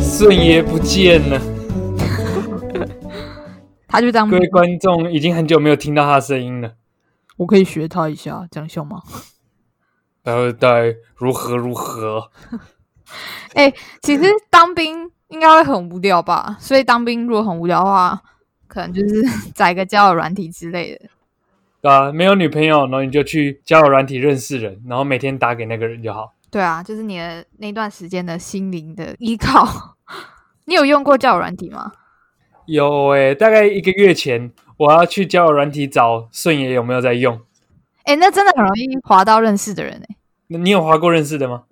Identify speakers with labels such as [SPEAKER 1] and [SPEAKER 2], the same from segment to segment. [SPEAKER 1] 顺爷不见了。
[SPEAKER 2] 他就这样
[SPEAKER 1] 各，位观众已经很久没有听到他的声音了。
[SPEAKER 2] 我可以学他一下，这样笑吗？
[SPEAKER 1] 然后在如何如何，
[SPEAKER 2] 其实当兵应该会很无聊吧，所以当兵如果很无聊的话，可能就是 载个交友软体之类的。
[SPEAKER 1] 对啊，没有女朋友，然后你就去交友软体认识人，然后每天打给那个人就好。
[SPEAKER 2] 对啊，就是你的那段时间的心灵的依靠。 你有用过交友软体吗？
[SPEAKER 1] 有诶、大概一个月前，我要去交友软体找顺爷有没有在用。
[SPEAKER 2] 哎、那真的很容易滑到认识的人哎、
[SPEAKER 1] 那你有划过认识的吗？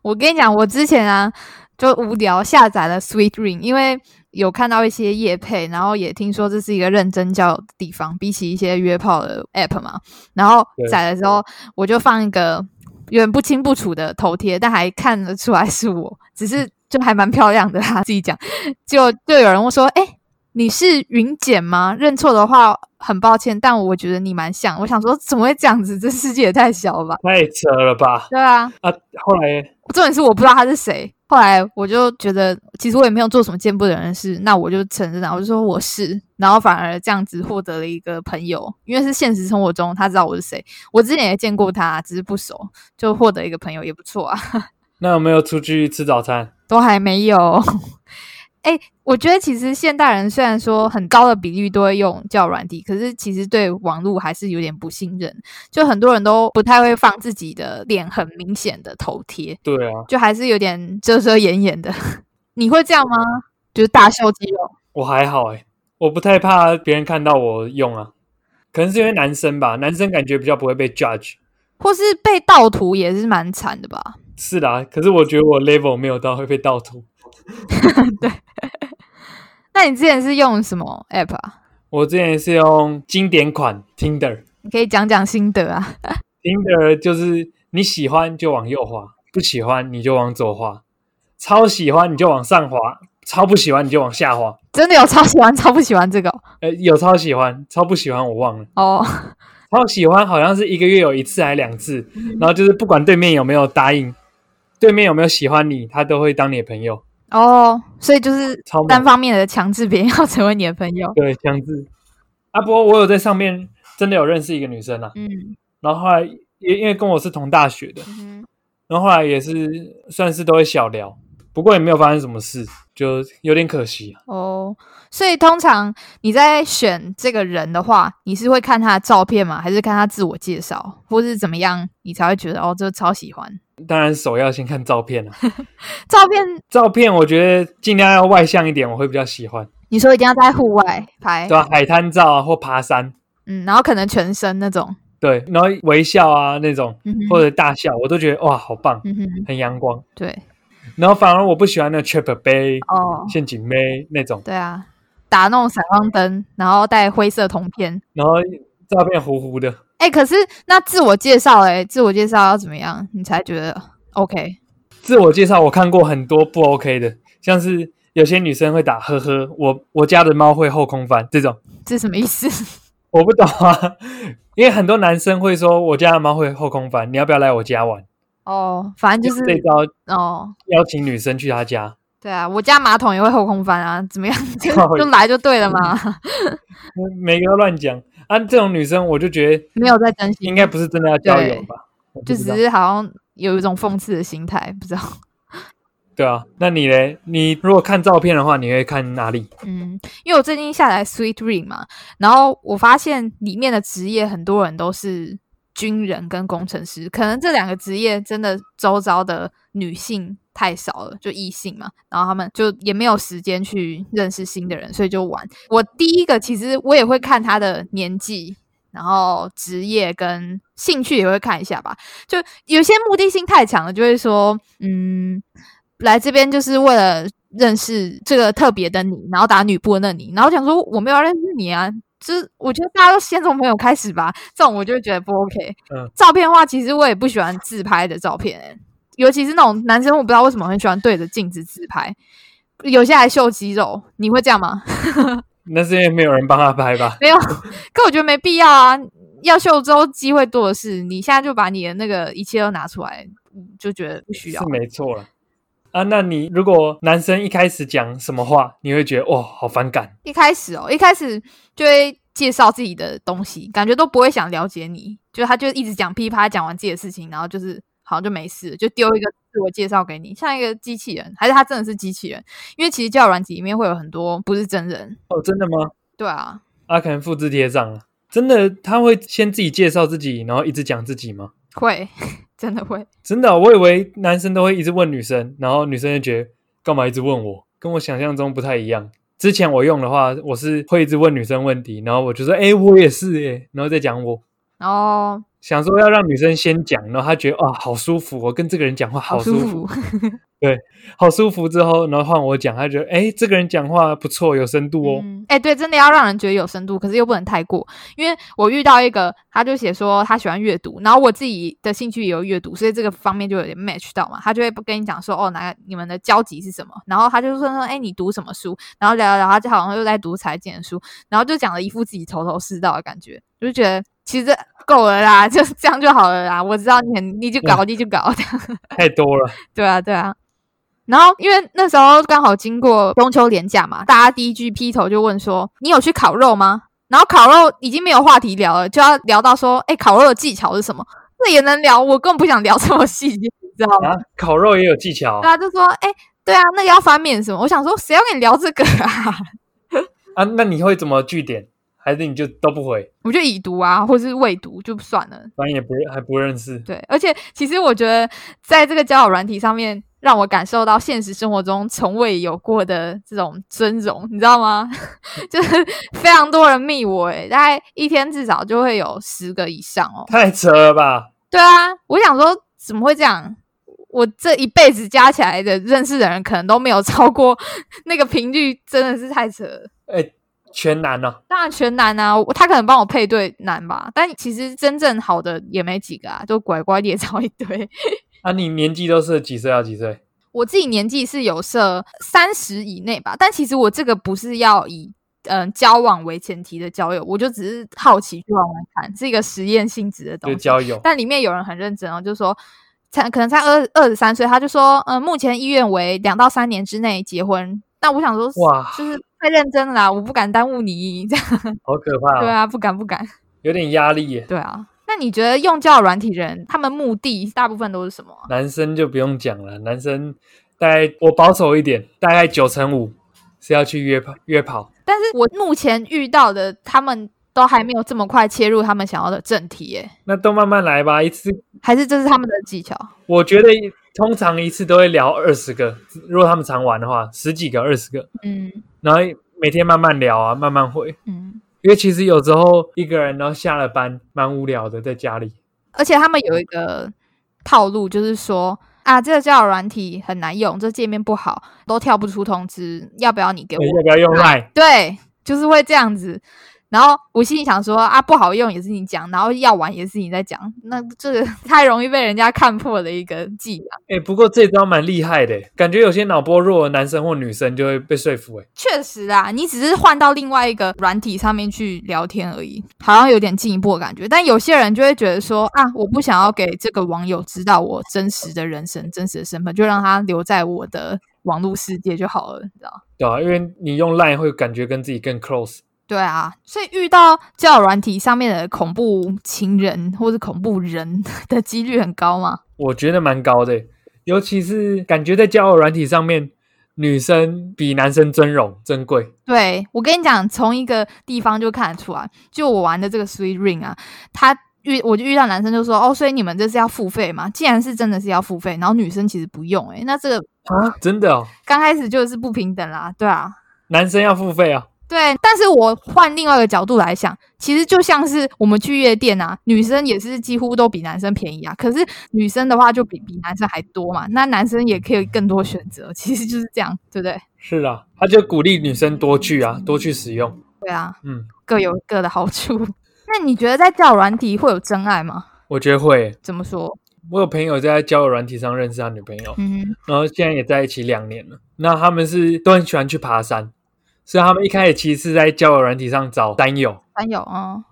[SPEAKER 2] 我跟你讲，我之前啊就无聊下载了 Sweet Ring，因为有看到一些夜配，然后也听说这是一个认真交友的地方，比起一些约炮的 App 嘛。然后
[SPEAKER 1] 对
[SPEAKER 2] 载的时候，我就放一个有点不清不楚的头贴，但还看得出来是我，只是就还蛮漂亮的啦，自己讲。就就有人问说：“哎、你是云简吗？认错的话很抱歉，但我觉得你蛮像。”我想说，怎么会这样子？这世界也太小了吧？
[SPEAKER 1] 太扯了吧！
[SPEAKER 2] 对啊，
[SPEAKER 1] 啊，后来
[SPEAKER 2] 重点是我不知道他是谁。后来我就觉得，其实我也没有做什么见不得人的事，那我就承认啊，我就说我是，然后反而这样子获得了一个朋友，因为是现实生活中他知道我是谁，我之前也见过他，只是不熟，就获得一个朋友也不错啊，
[SPEAKER 1] 那有没有出去吃早餐？
[SPEAKER 2] 都还没有。哎、我觉得其实现代人虽然说很高的比率都会用交友软体，可是其实对网络还是有点不信任，就很多人都不太会放自己的脸很明显的头贴，
[SPEAKER 1] 对啊，
[SPEAKER 2] 就还是有点遮遮掩掩的。 你会这样吗？就是大秀肌肉，
[SPEAKER 1] 我还好诶、我不太怕别人看到我用啊。可能是因为男生吧，男生感觉比较不会被 judge。
[SPEAKER 2] 或是被盗图也是蛮惨的吧？
[SPEAKER 1] 是啦，可是我觉得我 level 没有到会被盗图。
[SPEAKER 2] 那你之前是用什么 app 啊？
[SPEAKER 1] 我之前是用经典款 Tinder，Tinder
[SPEAKER 2] 你可以讲讲心得啊。
[SPEAKER 1] 就是你喜欢就往右滑，不喜欢你就往左滑，超喜欢你就往上滑，超不喜欢你就往下滑。
[SPEAKER 2] 真的有超喜欢、超不喜欢这个哦
[SPEAKER 1] 呃，有超喜欢，超不喜欢我忘了。
[SPEAKER 2] 哦。
[SPEAKER 1] 超喜欢好像是一个月有一次还两次，然后就是不管对面有没有答应，对面有没有喜欢你，他都会当你的朋友，
[SPEAKER 2] 哦，所以就是
[SPEAKER 1] 超猛
[SPEAKER 2] 单方面的强制别人要成为你的朋友。
[SPEAKER 1] 对强制。啊，不过我有在上面真的有认识一个女生啊，
[SPEAKER 2] 嗯
[SPEAKER 1] 然后后来因因为跟我是同大学的，
[SPEAKER 2] 嗯
[SPEAKER 1] 然后后来也是算是都会小聊，不过也没有发生什么事，就有点可惜。啊
[SPEAKER 2] 哼哦，所以通常你在选这个人的话，你是会看他的照片吗？还是看他自我介绍，或是怎么样，你才会觉得哦，这个超喜欢？
[SPEAKER 1] 当然首要先看照片啊，
[SPEAKER 2] 照片
[SPEAKER 1] 照片我觉得尽量要外向一点，我会比较喜欢，
[SPEAKER 2] 你说一定要在户外 拍，
[SPEAKER 1] 对吧、海滩照啊或爬山，
[SPEAKER 2] 嗯，然后可能全身那种，
[SPEAKER 1] 对，然后微笑啊那种。
[SPEAKER 2] 嗯哼
[SPEAKER 1] 或者大笑，我都觉得哇，好棒，
[SPEAKER 2] 嗯哼，
[SPEAKER 1] 很阳光。
[SPEAKER 2] 对，
[SPEAKER 1] 然后反而我不喜欢那 trap 杯、
[SPEAKER 2] 哦，
[SPEAKER 1] 陷阱妹那种，
[SPEAKER 2] 对啊，打那种闪光灯，然后带灰色铜片。
[SPEAKER 1] 然后照片糊糊的，
[SPEAKER 2] 哎，可是那自我介绍，哎，自我介绍要怎么样，你才觉得 OK？
[SPEAKER 1] 自我介绍我看过很多不 OK 的，像是有些女生会打呵呵，我我家的猫会后空翻这种，
[SPEAKER 2] 这什么意思？
[SPEAKER 1] 我不懂啊， 因为很多男生会说我家的猫会后空翻，你要不要来我家玩？
[SPEAKER 2] 哦，反正就
[SPEAKER 1] 这
[SPEAKER 2] 是
[SPEAKER 1] 招
[SPEAKER 2] 哦，
[SPEAKER 1] 邀请女生去他家，
[SPEAKER 2] 对啊，我家马桶也会后空翻啊，怎么 样？就
[SPEAKER 1] 靠
[SPEAKER 2] 就来就对了嘛，
[SPEAKER 1] 嗯每个都乱讲啊，这种女生我就觉得
[SPEAKER 2] 没有在珍惜
[SPEAKER 1] 应，该不是真的要交友
[SPEAKER 2] 对
[SPEAKER 1] 吧，我不
[SPEAKER 2] 就
[SPEAKER 1] 知
[SPEAKER 2] 只
[SPEAKER 1] 道
[SPEAKER 2] 是好像有一种讽刺的心态，不知道。
[SPEAKER 1] 对啊，那你嘞？你如果看照片的话，你会看哪里？
[SPEAKER 2] 嗯，因为我最近下载 Sweet Ring 嘛，然后我发现里面的职业很多人都是军人跟工程师，可能这两个职业真的周遭的女性太少了，就异性嘛，然后他们就也没有时间去认识新的人，所以就玩。我第一个其实我也会看他的年纪。然后职业跟兴趣也会看一下吧，就有些目的性太强了，就会说，嗯，来这边就是为了认识这个特别的你，然后打女波那你，然后我想说我没有要认识你啊，就是我觉得大家都先从朋友开始吧，这种我就会觉得不 OK。
[SPEAKER 1] 嗯，
[SPEAKER 2] 照片的话，其实我也不喜欢自拍的照片、欸，尤其是那种男生，我不知道为什么很喜欢对着镜子自拍，有些还秀肌肉，你会这样吗？
[SPEAKER 1] 那是因为没有人帮他拍吧？
[SPEAKER 2] 没有，可我觉得没必要啊。要秀之后机会多的是，你现在就把你的那个一切都拿出来，就觉得不需要
[SPEAKER 1] 是。没错了。啊，那你如果男生一开始讲什么话，你会觉得哇、哦好反感。
[SPEAKER 2] 一开始哦，一开始就会介绍自己的东西，感觉都不会想了解你，就他就一直讲噼啪讲完自己的事情，然后就是好像就没事了，就丢一个自我介绍给你，像一个机器人，还是他真的是机器人？因为其实交友软体里面会有很多不是真人，
[SPEAKER 1] 哦，真的吗？
[SPEAKER 2] 对啊，
[SPEAKER 1] 啊，可能复制贴上了。真的，他会先自己介绍自己，然后一直讲自己吗？
[SPEAKER 2] 会 真的会，
[SPEAKER 1] 真的哦、我以为男生都会一直问女生，然后女生就觉得干嘛一直问我，跟我想象中不太一样。之前我用的话，我是会一直问女生问题，然后我就说：“哎、我也是哎、然后再讲我。
[SPEAKER 2] 然后
[SPEAKER 1] 想说要让女生先讲，然后她觉得啊、好舒服，我跟这个人讲话好舒
[SPEAKER 2] 舒
[SPEAKER 1] 服，
[SPEAKER 2] 服，
[SPEAKER 1] 好舒服。之后，然后换我讲，她觉得哎、这个人讲话不错，有深度哦。
[SPEAKER 2] 嗯，哎、对，真的要让人觉得有深度，可是又不能太过。因为我遇到一个，他就写说他喜欢阅读，然后我自己的兴趣也有阅读，所以这个方面就有点 match 到嘛。他就会不跟你讲说，哦，哪个你们的交集是什么？然后他就说说，哎、你读什么书？然后聊聊聊，他就好像又在读财经的书，然后就讲了一副自己头头是道的感觉，我就觉得其实这够了啦，就这样就好了啦。我知道你很，你就搞，你就搞。
[SPEAKER 1] 太多 了，
[SPEAKER 2] 对啊，对啊。然后因为那时候刚好经过中秋连假嘛，大家第一句劈头就问说：“你有去烤肉吗？”然后烤肉已经没有话题聊了，就要聊到说：“哎，烤肉的技巧是什么？”这也能聊，我根本不想聊这么细节，你知道吗？
[SPEAKER 1] 啊，烤肉也有技巧
[SPEAKER 2] 对啊，就说：“哎，对啊，那个要翻面什么？”我想说，谁要跟你聊这个啊？
[SPEAKER 1] 啊。那你会怎么据点？还是你就都不回？
[SPEAKER 2] 我就已读啊，或是未读就算了。
[SPEAKER 1] 反正也不认还不认识。
[SPEAKER 2] 对，而且其实我觉得，在这个交友软体上面，让我感受到现实生活中从未有过的这种尊荣，你知道吗？ 就是非常多人密我，诶，大概一天至少就会有十个以上哦。
[SPEAKER 1] 太扯了吧！
[SPEAKER 2] 对啊，我想说，怎么会这样？我这一辈子加起来的认识的人，可能都没有超过那个频率，真的是太扯了。
[SPEAKER 1] 哎、全男哦呢、
[SPEAKER 2] 当然全男啊，我他可能帮我配对男吧，但其实真正好的也没几个啊，就拐瓜裂枣一堆。
[SPEAKER 1] 啊？你年纪都是几岁到啊几岁？
[SPEAKER 2] 我自己年纪是有设三十以内吧，但其实我这个不是要以嗯、呃交往为前提的交友，我就只是好奇去玩玩看，是一个实验性质的东
[SPEAKER 1] 就
[SPEAKER 2] 西。
[SPEAKER 1] 交 友。
[SPEAKER 2] 但里面有人很认真哦，就说才可能才二二十三岁，他就说，嗯、目前意愿为两到三年之内结婚。那我想说，
[SPEAKER 1] 哇，
[SPEAKER 2] 就是太认真了啦，我不敢耽误你，这样
[SPEAKER 1] 好可怕、
[SPEAKER 2] 对
[SPEAKER 1] 哦，
[SPEAKER 2] 啊，不敢不敢，
[SPEAKER 1] 有点压力耶。
[SPEAKER 2] 对啊。那你觉得用交友软体人，他们目的大部分都是什么啊？
[SPEAKER 1] 男生就不用讲了，男生大概我保守一点，大概九成五是要去约跑约跑。
[SPEAKER 2] 但是我目前遇到的，他们都还没有这么快切入他们想要的正题，耶，
[SPEAKER 1] 那都慢慢来吧，一次
[SPEAKER 2] 还是这是他们的技巧？
[SPEAKER 1] 我觉得通常一次都会聊二十个，如果他们常玩的话，十几个、二十个，
[SPEAKER 2] 嗯
[SPEAKER 1] 然后每天慢慢聊啊，慢慢回。
[SPEAKER 2] 嗯，
[SPEAKER 1] 因为其实有时候一个人，然后下了班蛮无聊的，在家里。
[SPEAKER 2] 而且他们有一个套路，就是说啊，这个交友软体很难用，这界面不好，都跳不出通知，要不要你给我？
[SPEAKER 1] 哎要不要用 Line？
[SPEAKER 2] 对，就是会这样子。然后我心里想说啊，不好用也是你讲，然后要玩也是你在讲，那这个太容易被人家看破的一个伎俩。
[SPEAKER 1] 哎、不过这招蛮厉害的，感觉有些脑波弱的男生或女生就会被说服。哎，
[SPEAKER 2] 确实啊，你只是换到另外一个软体上面去聊天而已，好像有点进一步的感觉。但有些人就会觉得说啊，我不想要给这个网友知道我真实的人生、真实的身份，就让他留在我的网络世界就好了，你知道？
[SPEAKER 1] 对啊，因为你用 Line 会感觉跟自己更 close。
[SPEAKER 2] 对啊，所以遇到交友软体上面的恐怖情人或是恐怖人的几率很高吗？
[SPEAKER 1] 我觉得蛮高的，尤其是感觉在交友软体上面，女生比男生尊荣珍贵。
[SPEAKER 2] 对我跟你讲，从一个地方就看得出来，就我玩的这个 Sweet Ring 啊，他遇我就遇到男生就说哦，所以你们这是要付费吗？既然是真的是要付费，然后女生其实不用、欸，那这个
[SPEAKER 1] 啊，真的哦，
[SPEAKER 2] 刚开始就是不平等啦，对啊，
[SPEAKER 1] 男生要付费啊，
[SPEAKER 2] 对。但是我换另外一个角度来想，其实就像是我们去夜店啊，女生也是几乎都比男生便宜啊，可是女生的话就比比男生还多嘛，那男生也可以更多选择，其实就是这样，对不对？
[SPEAKER 1] 是啊，他就鼓励女生多去啊，多去使用。
[SPEAKER 2] 对啊，
[SPEAKER 1] 嗯，
[SPEAKER 2] 各有各的好处。 那你觉得在交友软体会有真爱吗？
[SPEAKER 1] 我觉得会。
[SPEAKER 2] 怎么说？
[SPEAKER 1] 我有朋友在交友软体上认识他女朋友，
[SPEAKER 2] 嗯，
[SPEAKER 1] 然后现在也在一起两年了。那他们是都很喜欢去爬山，所以他们一开始其实是在交友软体上找山友，
[SPEAKER 2] 还有啊、嗯，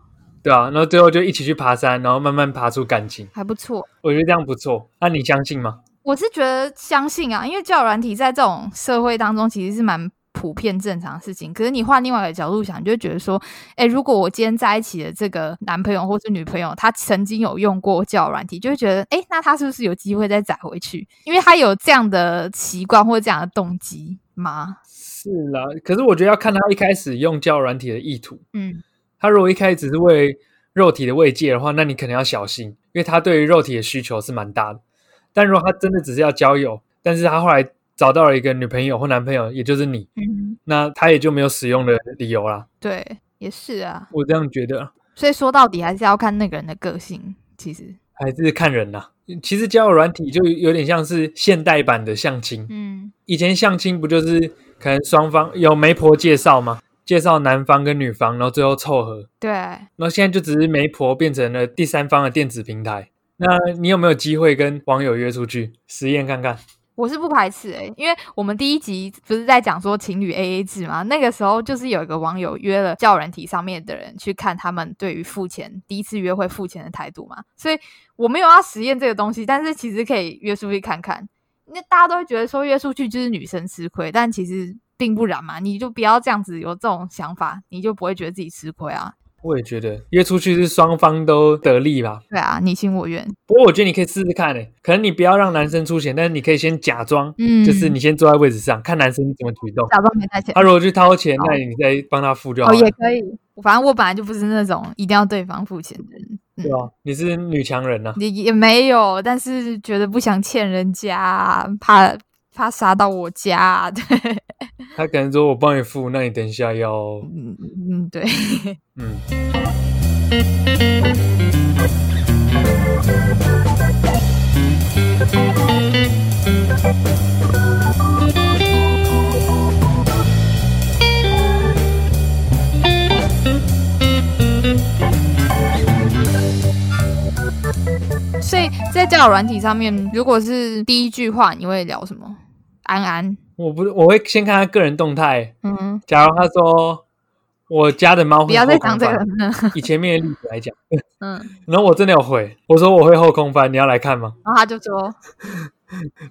[SPEAKER 1] 对啊，然后最后就一起去爬山，然后慢慢爬出感情。
[SPEAKER 2] 还不错。
[SPEAKER 1] 我觉得这样不错。那、你相信吗？
[SPEAKER 2] 我是觉得相信啊，因为交友软体在这种社会当中其实是蛮普遍正常的事情。可是你换另外一个角度想，你就会觉得说，哎、如果我今天在一起的这个男朋友或是女朋友，他曾经有用过交友软体，就会觉得，哎、那他是不是有机会再载回去？因为他有这样的习惯或者这样的动机吗？
[SPEAKER 1] 是啦，可是我觉得要看他一开始用交友软体的意图。
[SPEAKER 2] 嗯，
[SPEAKER 1] 他如果一开始只是为肉体的慰藉的话，那你可能要小心，因为他对于肉体的需求是蛮大的。但如果他真的只是要交友，但是他后来找到了一个女朋友或男朋友，也就是你，
[SPEAKER 2] 嗯，
[SPEAKER 1] 那他也就没有使用的理由啦。
[SPEAKER 2] 对，也是啊。
[SPEAKER 1] 我这样觉得，
[SPEAKER 2] 所以说到底还是要看那个人的个性。其实，
[SPEAKER 1] 还是看人啦。其实交友软体就有点像是现代版的相亲，
[SPEAKER 2] 嗯
[SPEAKER 1] 以前相亲不就是可能双方有媒婆介绍吗？介绍男方跟女方，然后最后凑合，
[SPEAKER 2] 对，
[SPEAKER 1] 然后现在就只是媒婆变成了第三方的电子平台。那你有没有机会跟网友约出去实验看看？
[SPEAKER 2] 我是不排斥诶、因为我们第一集不是在讲说情侣 A A 制嘛，那个时候就是有一个网友约了教人体上面的人去看他们对于付钱第一次约会付钱的态度嘛，所以我没有要实验这个东西，但是其实可以约出去看看。那大家都会觉得说约出去就是女生吃亏，但其实并不然嘛，你就不要这样子有这种想法，你就不会觉得自己吃亏啊。
[SPEAKER 1] 我也觉得约出去是双方都得利吧。
[SPEAKER 2] 对啊，你情我愿，
[SPEAKER 1] 不过我觉得你可以试试看诶、欸可能你不要让男生出钱，但是你可以先假装，
[SPEAKER 2] 嗯，
[SPEAKER 1] 就是你先坐在位置上看男生怎么举动。
[SPEAKER 2] 假装没带钱
[SPEAKER 1] 他、。如果去掏钱，
[SPEAKER 2] 好
[SPEAKER 1] 那你再帮他付就好
[SPEAKER 2] 哦，
[SPEAKER 1] 了，
[SPEAKER 2] 也可以。反正我本来就不是那种一定要对方付钱的人，
[SPEAKER 1] 对吧、你是女强人呐、
[SPEAKER 2] 也也没有，但是觉得不想欠人家，怕怕杀到我家。啊 对，
[SPEAKER 1] 他可能说我帮你付，那你等一下要
[SPEAKER 2] 嗯嗯，对。
[SPEAKER 1] 嗯。
[SPEAKER 2] 所以在交友软体上面，如果是第一句话，你会聊什么？安安，
[SPEAKER 1] 我不，我会先看他个人动态。
[SPEAKER 2] 嗯，
[SPEAKER 1] 假如他说我家的猫会
[SPEAKER 2] 不要再
[SPEAKER 1] 后
[SPEAKER 2] 讲
[SPEAKER 1] 空
[SPEAKER 2] 这个
[SPEAKER 1] 翻，
[SPEAKER 2] 了。
[SPEAKER 1] 以前面的例子来讲，
[SPEAKER 2] 嗯，
[SPEAKER 1] 然后我真的有回，我说我会后空翻，你要来看吗？
[SPEAKER 2] 然后他就说，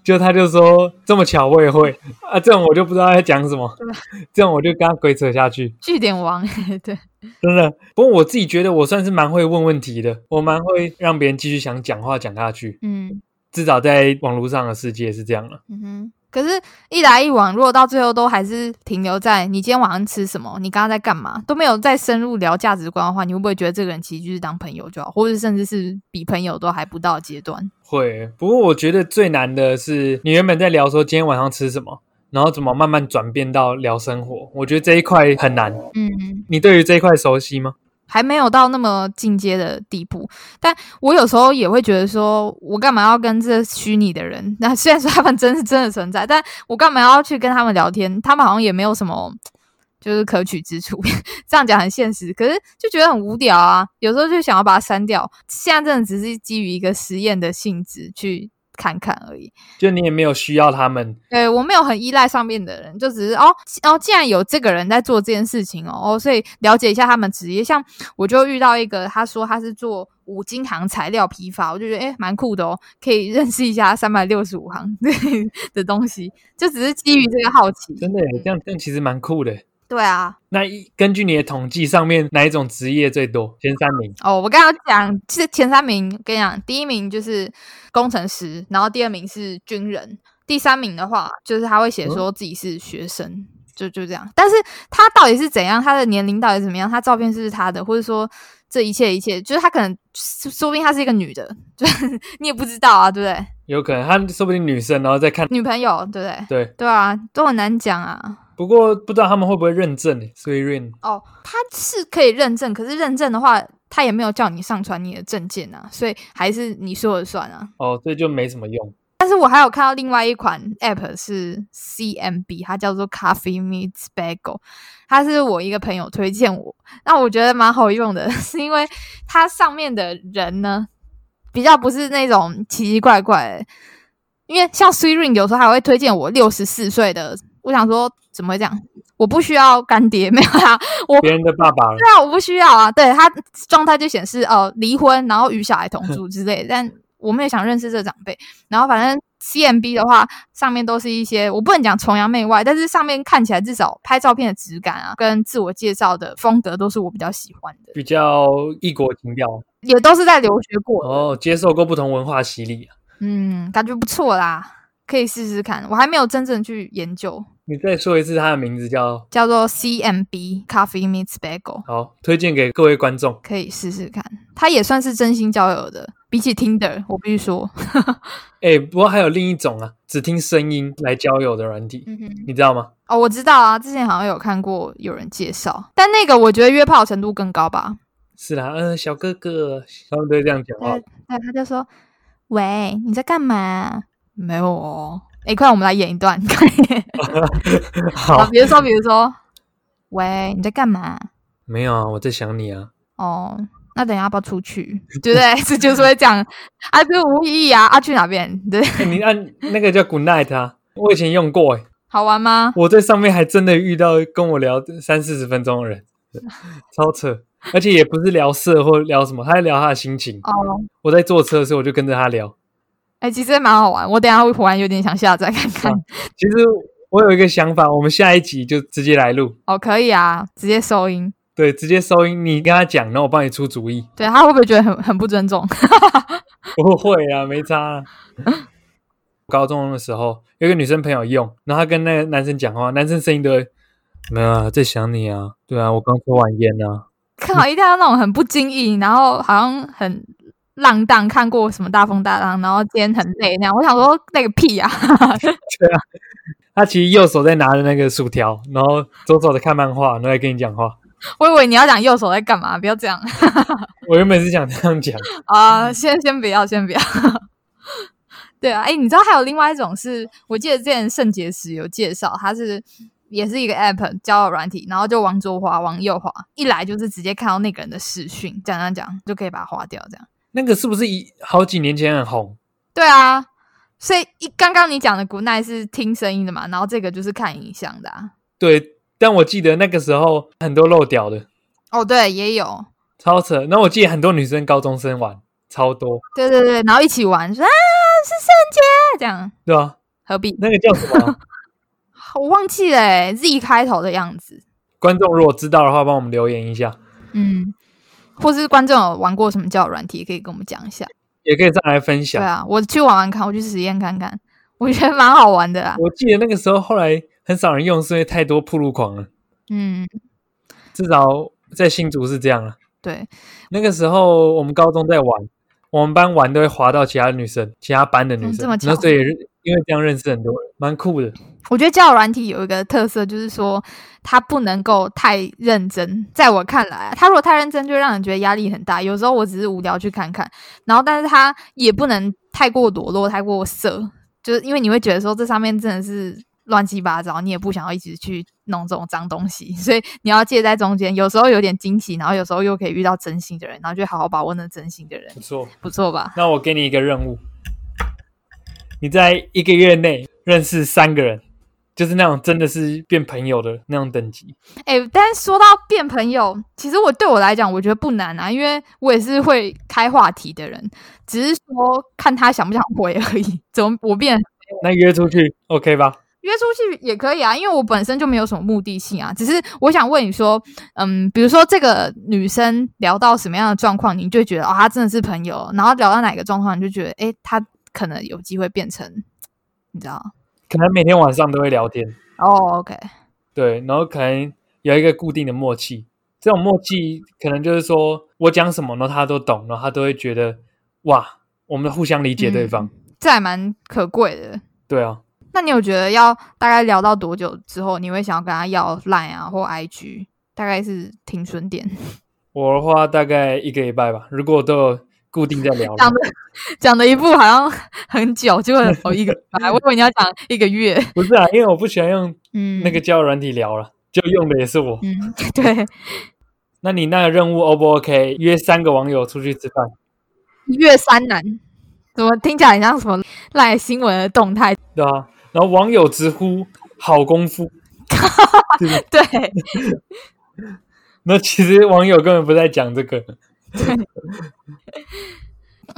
[SPEAKER 1] 就他就说这么巧我也会啊，这种我就不知道他在讲什么
[SPEAKER 2] 对，
[SPEAKER 1] 这种我就跟他鬼扯下去，
[SPEAKER 2] 据点王， 对，
[SPEAKER 1] 真的。不过我自己觉得我算是蛮会问问题的，我蛮会让别人继续想讲话讲下去，
[SPEAKER 2] 嗯
[SPEAKER 1] 至少在网络上的世界是这样了。
[SPEAKER 2] 嗯哼。可是，一来一往，如果到最后都还是停留在你今天晚上吃什么，你刚刚在干嘛，都没有再深入聊价值观的话，你会不会觉得这个人其实就是当朋友就好，或者甚至是比朋友都还不到的阶段？
[SPEAKER 1] 会，不过我觉得最难的是，你原本在聊说今天晚上吃什么，然后怎么慢慢转变到聊生活，我觉得这一块很难。
[SPEAKER 2] 嗯，
[SPEAKER 1] 你对于这一块熟悉吗？
[SPEAKER 2] 还没有到那么进阶的地步，但我有时候也会觉得说，我干嘛要跟这虚拟的人？ 那虽然说他们真是真的存在，但我干嘛要去跟他们聊天？他们好像也没有什么就是可取之处， 这样讲很现实，可是就觉得很无聊啊。有时候就想要把它删掉。现在真的只是基于一个实验的性质去看看而已。
[SPEAKER 1] 就你也没有需要他们，
[SPEAKER 2] 对我没有很依赖上面的人，就只是哦哦，既然有这个人在做这件事情哦哦，所以了解一下他们职业。像我就遇到一个，他说他是做五金行材料批发，我就觉得诶蛮酷的哦，可以认识一下三百六十五行 的东西，就只是基于这个好奇。
[SPEAKER 1] 真的耶这样，这样其实蛮酷的耶。
[SPEAKER 2] 对啊，
[SPEAKER 1] 那一根据你的统计，上面哪一种职业最多？前三名，
[SPEAKER 2] 哦，我刚刚讲是前三名，跟你讲，第一名就是工程师，然后第二名是军人，第三名的话就是他会写
[SPEAKER 1] 嗯
[SPEAKER 2] 说自己是学生，就就这样。但是他到底是怎样，他的年龄到底是怎么样，他照片是不是他的，或者说这一切一切，就是他可能说说不定他是一个女的，就是 你也不知道啊，对不对？
[SPEAKER 1] 有可能他说不定女生，然后再看。
[SPEAKER 2] 女朋友，对不对？
[SPEAKER 1] 对，
[SPEAKER 2] 对啊，都很难讲啊。
[SPEAKER 1] 不过不知道他们会不会认证耶，所以认
[SPEAKER 2] 哦，他是可以认证，可是认证的话，他也没有叫你上传你的证件啊，所以还是你说了算啊。
[SPEAKER 1] 哦，所以就没什么用。
[SPEAKER 2] 但是我还有看到另外一款 app 是 CMB，它叫做 Coffee Meets Bagel，它是我一个朋友推荐我，那我觉得蛮好用的， 是因为它上面的人呢比较不是那种奇奇怪怪的因为像 s w e e Ring 有时候还会推荐我六十四岁的，我想说怎么会这样？我不需要干爹，没有啊，
[SPEAKER 1] 别人的爸爸
[SPEAKER 2] 对啊，我不需要啊。对他状态就显示哦，离婚，然后与小孩同住之类的，但我们也想认识这长辈。然后反正 CMB 的话，上面都是一些我不能讲崇洋媚外，但是上面看起来至少拍照片的质感啊，跟自我介绍的风格都是我比较喜欢的，
[SPEAKER 1] 比较异国情调，
[SPEAKER 2] 也都是在留学过的，
[SPEAKER 1] 哦，接受过不同文化洗礼啊。
[SPEAKER 2] 嗯，感觉不错啦，可以试试看。我还没有真正去研究，
[SPEAKER 1] 你再说一次它的名字叫
[SPEAKER 2] 叫做 CMB Coffee Meets Bagel，
[SPEAKER 1] 好，推荐给各位观众。
[SPEAKER 2] 可以试试看。它也算是真心交友的，比起 Tinder，我必须说，
[SPEAKER 1] 哎，不过还有另一种啊，只听声音来交友的软体，
[SPEAKER 2] 嗯哼。
[SPEAKER 1] 你知道吗？
[SPEAKER 2] 哦，我知道啊，之前好像有看过有人介绍，但那个我觉得约炮程度更高吧。
[SPEAKER 1] 是啦，嗯、小哥哥，他们都会这样讲话。
[SPEAKER 2] 那他就说：“喂，你在干嘛？”没有哦。哎，快，我们来演一段。 快点好，
[SPEAKER 1] 好，
[SPEAKER 2] 比如说，比如说，喂，你在干嘛？
[SPEAKER 1] 没有啊，我在想你啊。
[SPEAKER 2] 哦，那等一下要不要出去？对不对？ 这就是会讲啊，这个无意义啊，啊，去哪边？ 对，
[SPEAKER 1] 欸 你按那个叫 Good Night 啊，我以前用过、欸，
[SPEAKER 2] 好玩吗？
[SPEAKER 1] 我在上面还真的遇到跟我聊三四十分钟的人， 超扯。而且也不是聊色或聊什么，他在聊他的心情。
[SPEAKER 2] 哦，
[SPEAKER 1] 我在坐车的时候，我就跟着他聊。
[SPEAKER 2] 哎，其实蛮好玩。我等一下会突然有点想下载看看。
[SPEAKER 1] 其实我有一个想法，我们下一集就直接来录，
[SPEAKER 2] 哦，可以啊，直接收音。
[SPEAKER 1] 对，直接收音，你跟他讲，然后我帮你出主意。
[SPEAKER 2] 对他会不会觉得很很不尊重？
[SPEAKER 1] 不会啊，没差、啊。高中的时候，有一个女生朋友用，然后她跟那个男生讲话，男生声音都会没有啊，在想你啊，对啊，我刚抽完烟啊，
[SPEAKER 2] 靠，一定要那种很不经意，然后好像很浪荡，看过什么大风大浪，然后今天很累那样。我想说那个屁啊！
[SPEAKER 1] 他其实右手在拿着那个薯条，然后左手在看漫画，然后在跟你讲话。
[SPEAKER 2] 我以为你要讲右手在干嘛，不要这样
[SPEAKER 1] 我原本是想这样讲，
[SPEAKER 2] 啊、先先不要，先不要。 对啊，哎，你知道还有另外一种是，我记得之前肾结石有介绍，它是也是一个 app 交友软体，然后就往左滑，往右滑，一来就是直接看到那个人的视讯，讲讲讲就可以把它划掉，这样。
[SPEAKER 1] 那个是不是一好几年前很红？
[SPEAKER 2] 对啊，所以一刚刚你讲的 good night 是听声音的嘛，然后这个就是看影像的、啊。
[SPEAKER 1] 对，但我记得那个时候很多漏屌的，
[SPEAKER 2] 哦，对，也有，
[SPEAKER 1] 超扯。然后我记得很多女生高中生玩，超多，
[SPEAKER 2] 对对对，然后一起玩，说啊是圣杰，这样
[SPEAKER 1] 对吧、啊？
[SPEAKER 2] 何必？
[SPEAKER 1] 那个叫什么啊？
[SPEAKER 2] 我忘记了欸，Z 开头的样子，
[SPEAKER 1] 观众如果知道的话，帮我们留言一下。
[SPEAKER 2] 嗯，或是观众有玩过什么交友软体，也可以跟我们讲一下。
[SPEAKER 1] 也可以上来分
[SPEAKER 2] 对
[SPEAKER 1] 享。
[SPEAKER 2] 啊，我去玩玩看，我去实验看看，我觉得蛮好玩的啊。
[SPEAKER 1] 我记得那个时候后来很少人用，是因为太多铺路狂了。
[SPEAKER 2] 嗯，
[SPEAKER 1] 至少在新竹是这样啊。
[SPEAKER 2] 对，
[SPEAKER 1] 那个时候我们高中在玩，我们班玩都会滑到其他女生、其他班的女
[SPEAKER 2] 嗯这
[SPEAKER 1] 生，
[SPEAKER 2] 么巧
[SPEAKER 1] 然后所以因为这样认识很多人，蛮酷的。
[SPEAKER 2] 我觉得交友软体有一个特色，就是说它不能够太认真。在我看来啊，它如果太认真，就会让人觉得压力很大。有时候我只是无聊去看看，然后但是它也不能太过裸露、太过色，就是因为你会觉得说这上面真的是乱七八糟，你也不想要一直去弄这种脏东西， 所以你要介在中间。有时候有点惊喜，然后有时候又可以遇到真心的人，然后就好好把握那真心的人
[SPEAKER 1] 不，错，
[SPEAKER 2] 不错吧？
[SPEAKER 1] 那我给你一个任务，你在一个月内认识三个人，就是那种真的是变朋友的那种等级。
[SPEAKER 2] 哎、但是说到变朋友，其实我对我来讲，我觉得不难啊，因为我也是会开话题的人，只是说看他想不想回而已。 怎么我变
[SPEAKER 1] 那约出去 OK 吧？
[SPEAKER 2] 约出去也可以啊，因为我本身就没有什么目的性啊，只是我想问你说，嗯，比如说这个女生聊到什么样的状况，你就觉得哦，她真的是朋友，然后聊到哪个状况，你就觉得哎、诶她可能有机会变成，你知道？
[SPEAKER 1] 可能每天晚上都会聊天。
[SPEAKER 2] 哦，OK，
[SPEAKER 1] 对，然后可能有一个固定的默契，这种默契可能就是说我讲什么呢，他都懂，然后他都会觉得哇，我们互相理解对方。
[SPEAKER 2] 这还蛮可贵的。
[SPEAKER 1] 对啊，
[SPEAKER 2] 那你有觉得要大概聊到多久之后，你会想要跟他要 Line 啊或 IG？大概是停损点，
[SPEAKER 1] 我的话大概一个礼拜吧，如果都有固定在聊
[SPEAKER 2] 讲
[SPEAKER 1] 了，
[SPEAKER 2] 的讲的一步好像很久，结果哦一个礼拜，我以为你要讲一个月。
[SPEAKER 1] 不是啊，因为我不喜欢用
[SPEAKER 2] 嗯，
[SPEAKER 1] 那个交友软体聊了，就用的也是我。
[SPEAKER 2] 嗯， 对，
[SPEAKER 1] 那你那个任务 O 不 OK？约三个网友出去吃饭，
[SPEAKER 2] 一月三男，怎么听起来很像什么赖新闻的动态？
[SPEAKER 1] 对啊，然后网友直呼好功夫，
[SPEAKER 2] 对，
[SPEAKER 1] 那其实网友根本不在讲这个。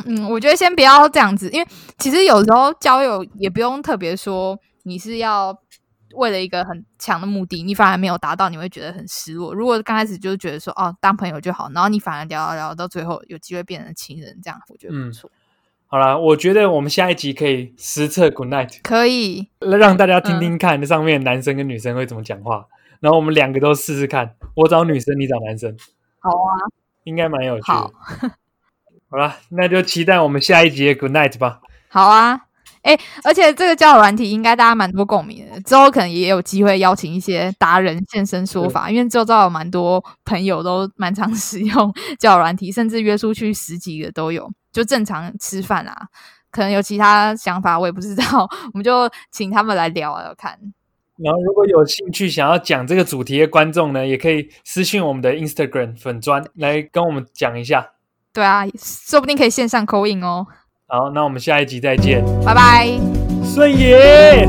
[SPEAKER 2] 嗯，我觉得先不要这样子，因为其实有时候交友也不用特别说你是要为了一个很强的目的，你反而没有达到，你会觉得很失落。如果刚开始就觉得说哦当朋友就好，然后你反而聊聊聊到最后有机会变成情人，这样我觉得不
[SPEAKER 1] 嗯
[SPEAKER 2] 错。
[SPEAKER 1] 好啦，我觉得我们下一集可以实测 Good Night，
[SPEAKER 2] 可以，
[SPEAKER 1] 让大家
[SPEAKER 2] 嗯
[SPEAKER 1] 听听看那上面男生跟女生会怎么讲话，然后我们两个都试试看，我找女生，你找男生，
[SPEAKER 2] 好啊，
[SPEAKER 1] 应该蛮有趣的
[SPEAKER 2] 好。
[SPEAKER 1] 好啦，那就期待我们下一集的 Good Night 吧。
[SPEAKER 2] 好啊。哎、而且这个交友软体应该大家蛮多共鸣的，之后可能也有机会邀请一些达人现身说法，因为周遭有蛮多朋友都蛮常 使用交友软体，甚至约出去十几个都有，就正常吃饭啊，可能有其他想法我也不知道，我们就请他们来聊聊看。
[SPEAKER 1] 然后，如果有兴趣想要讲这个主题的观众呢，也可以私信我们的 Instagram 粉砖来跟我们讲一下。
[SPEAKER 2] 对啊，说不定可以线上口音哦。
[SPEAKER 1] 好，那我们下一集再见，
[SPEAKER 2] 拜拜。
[SPEAKER 1] 顺爷。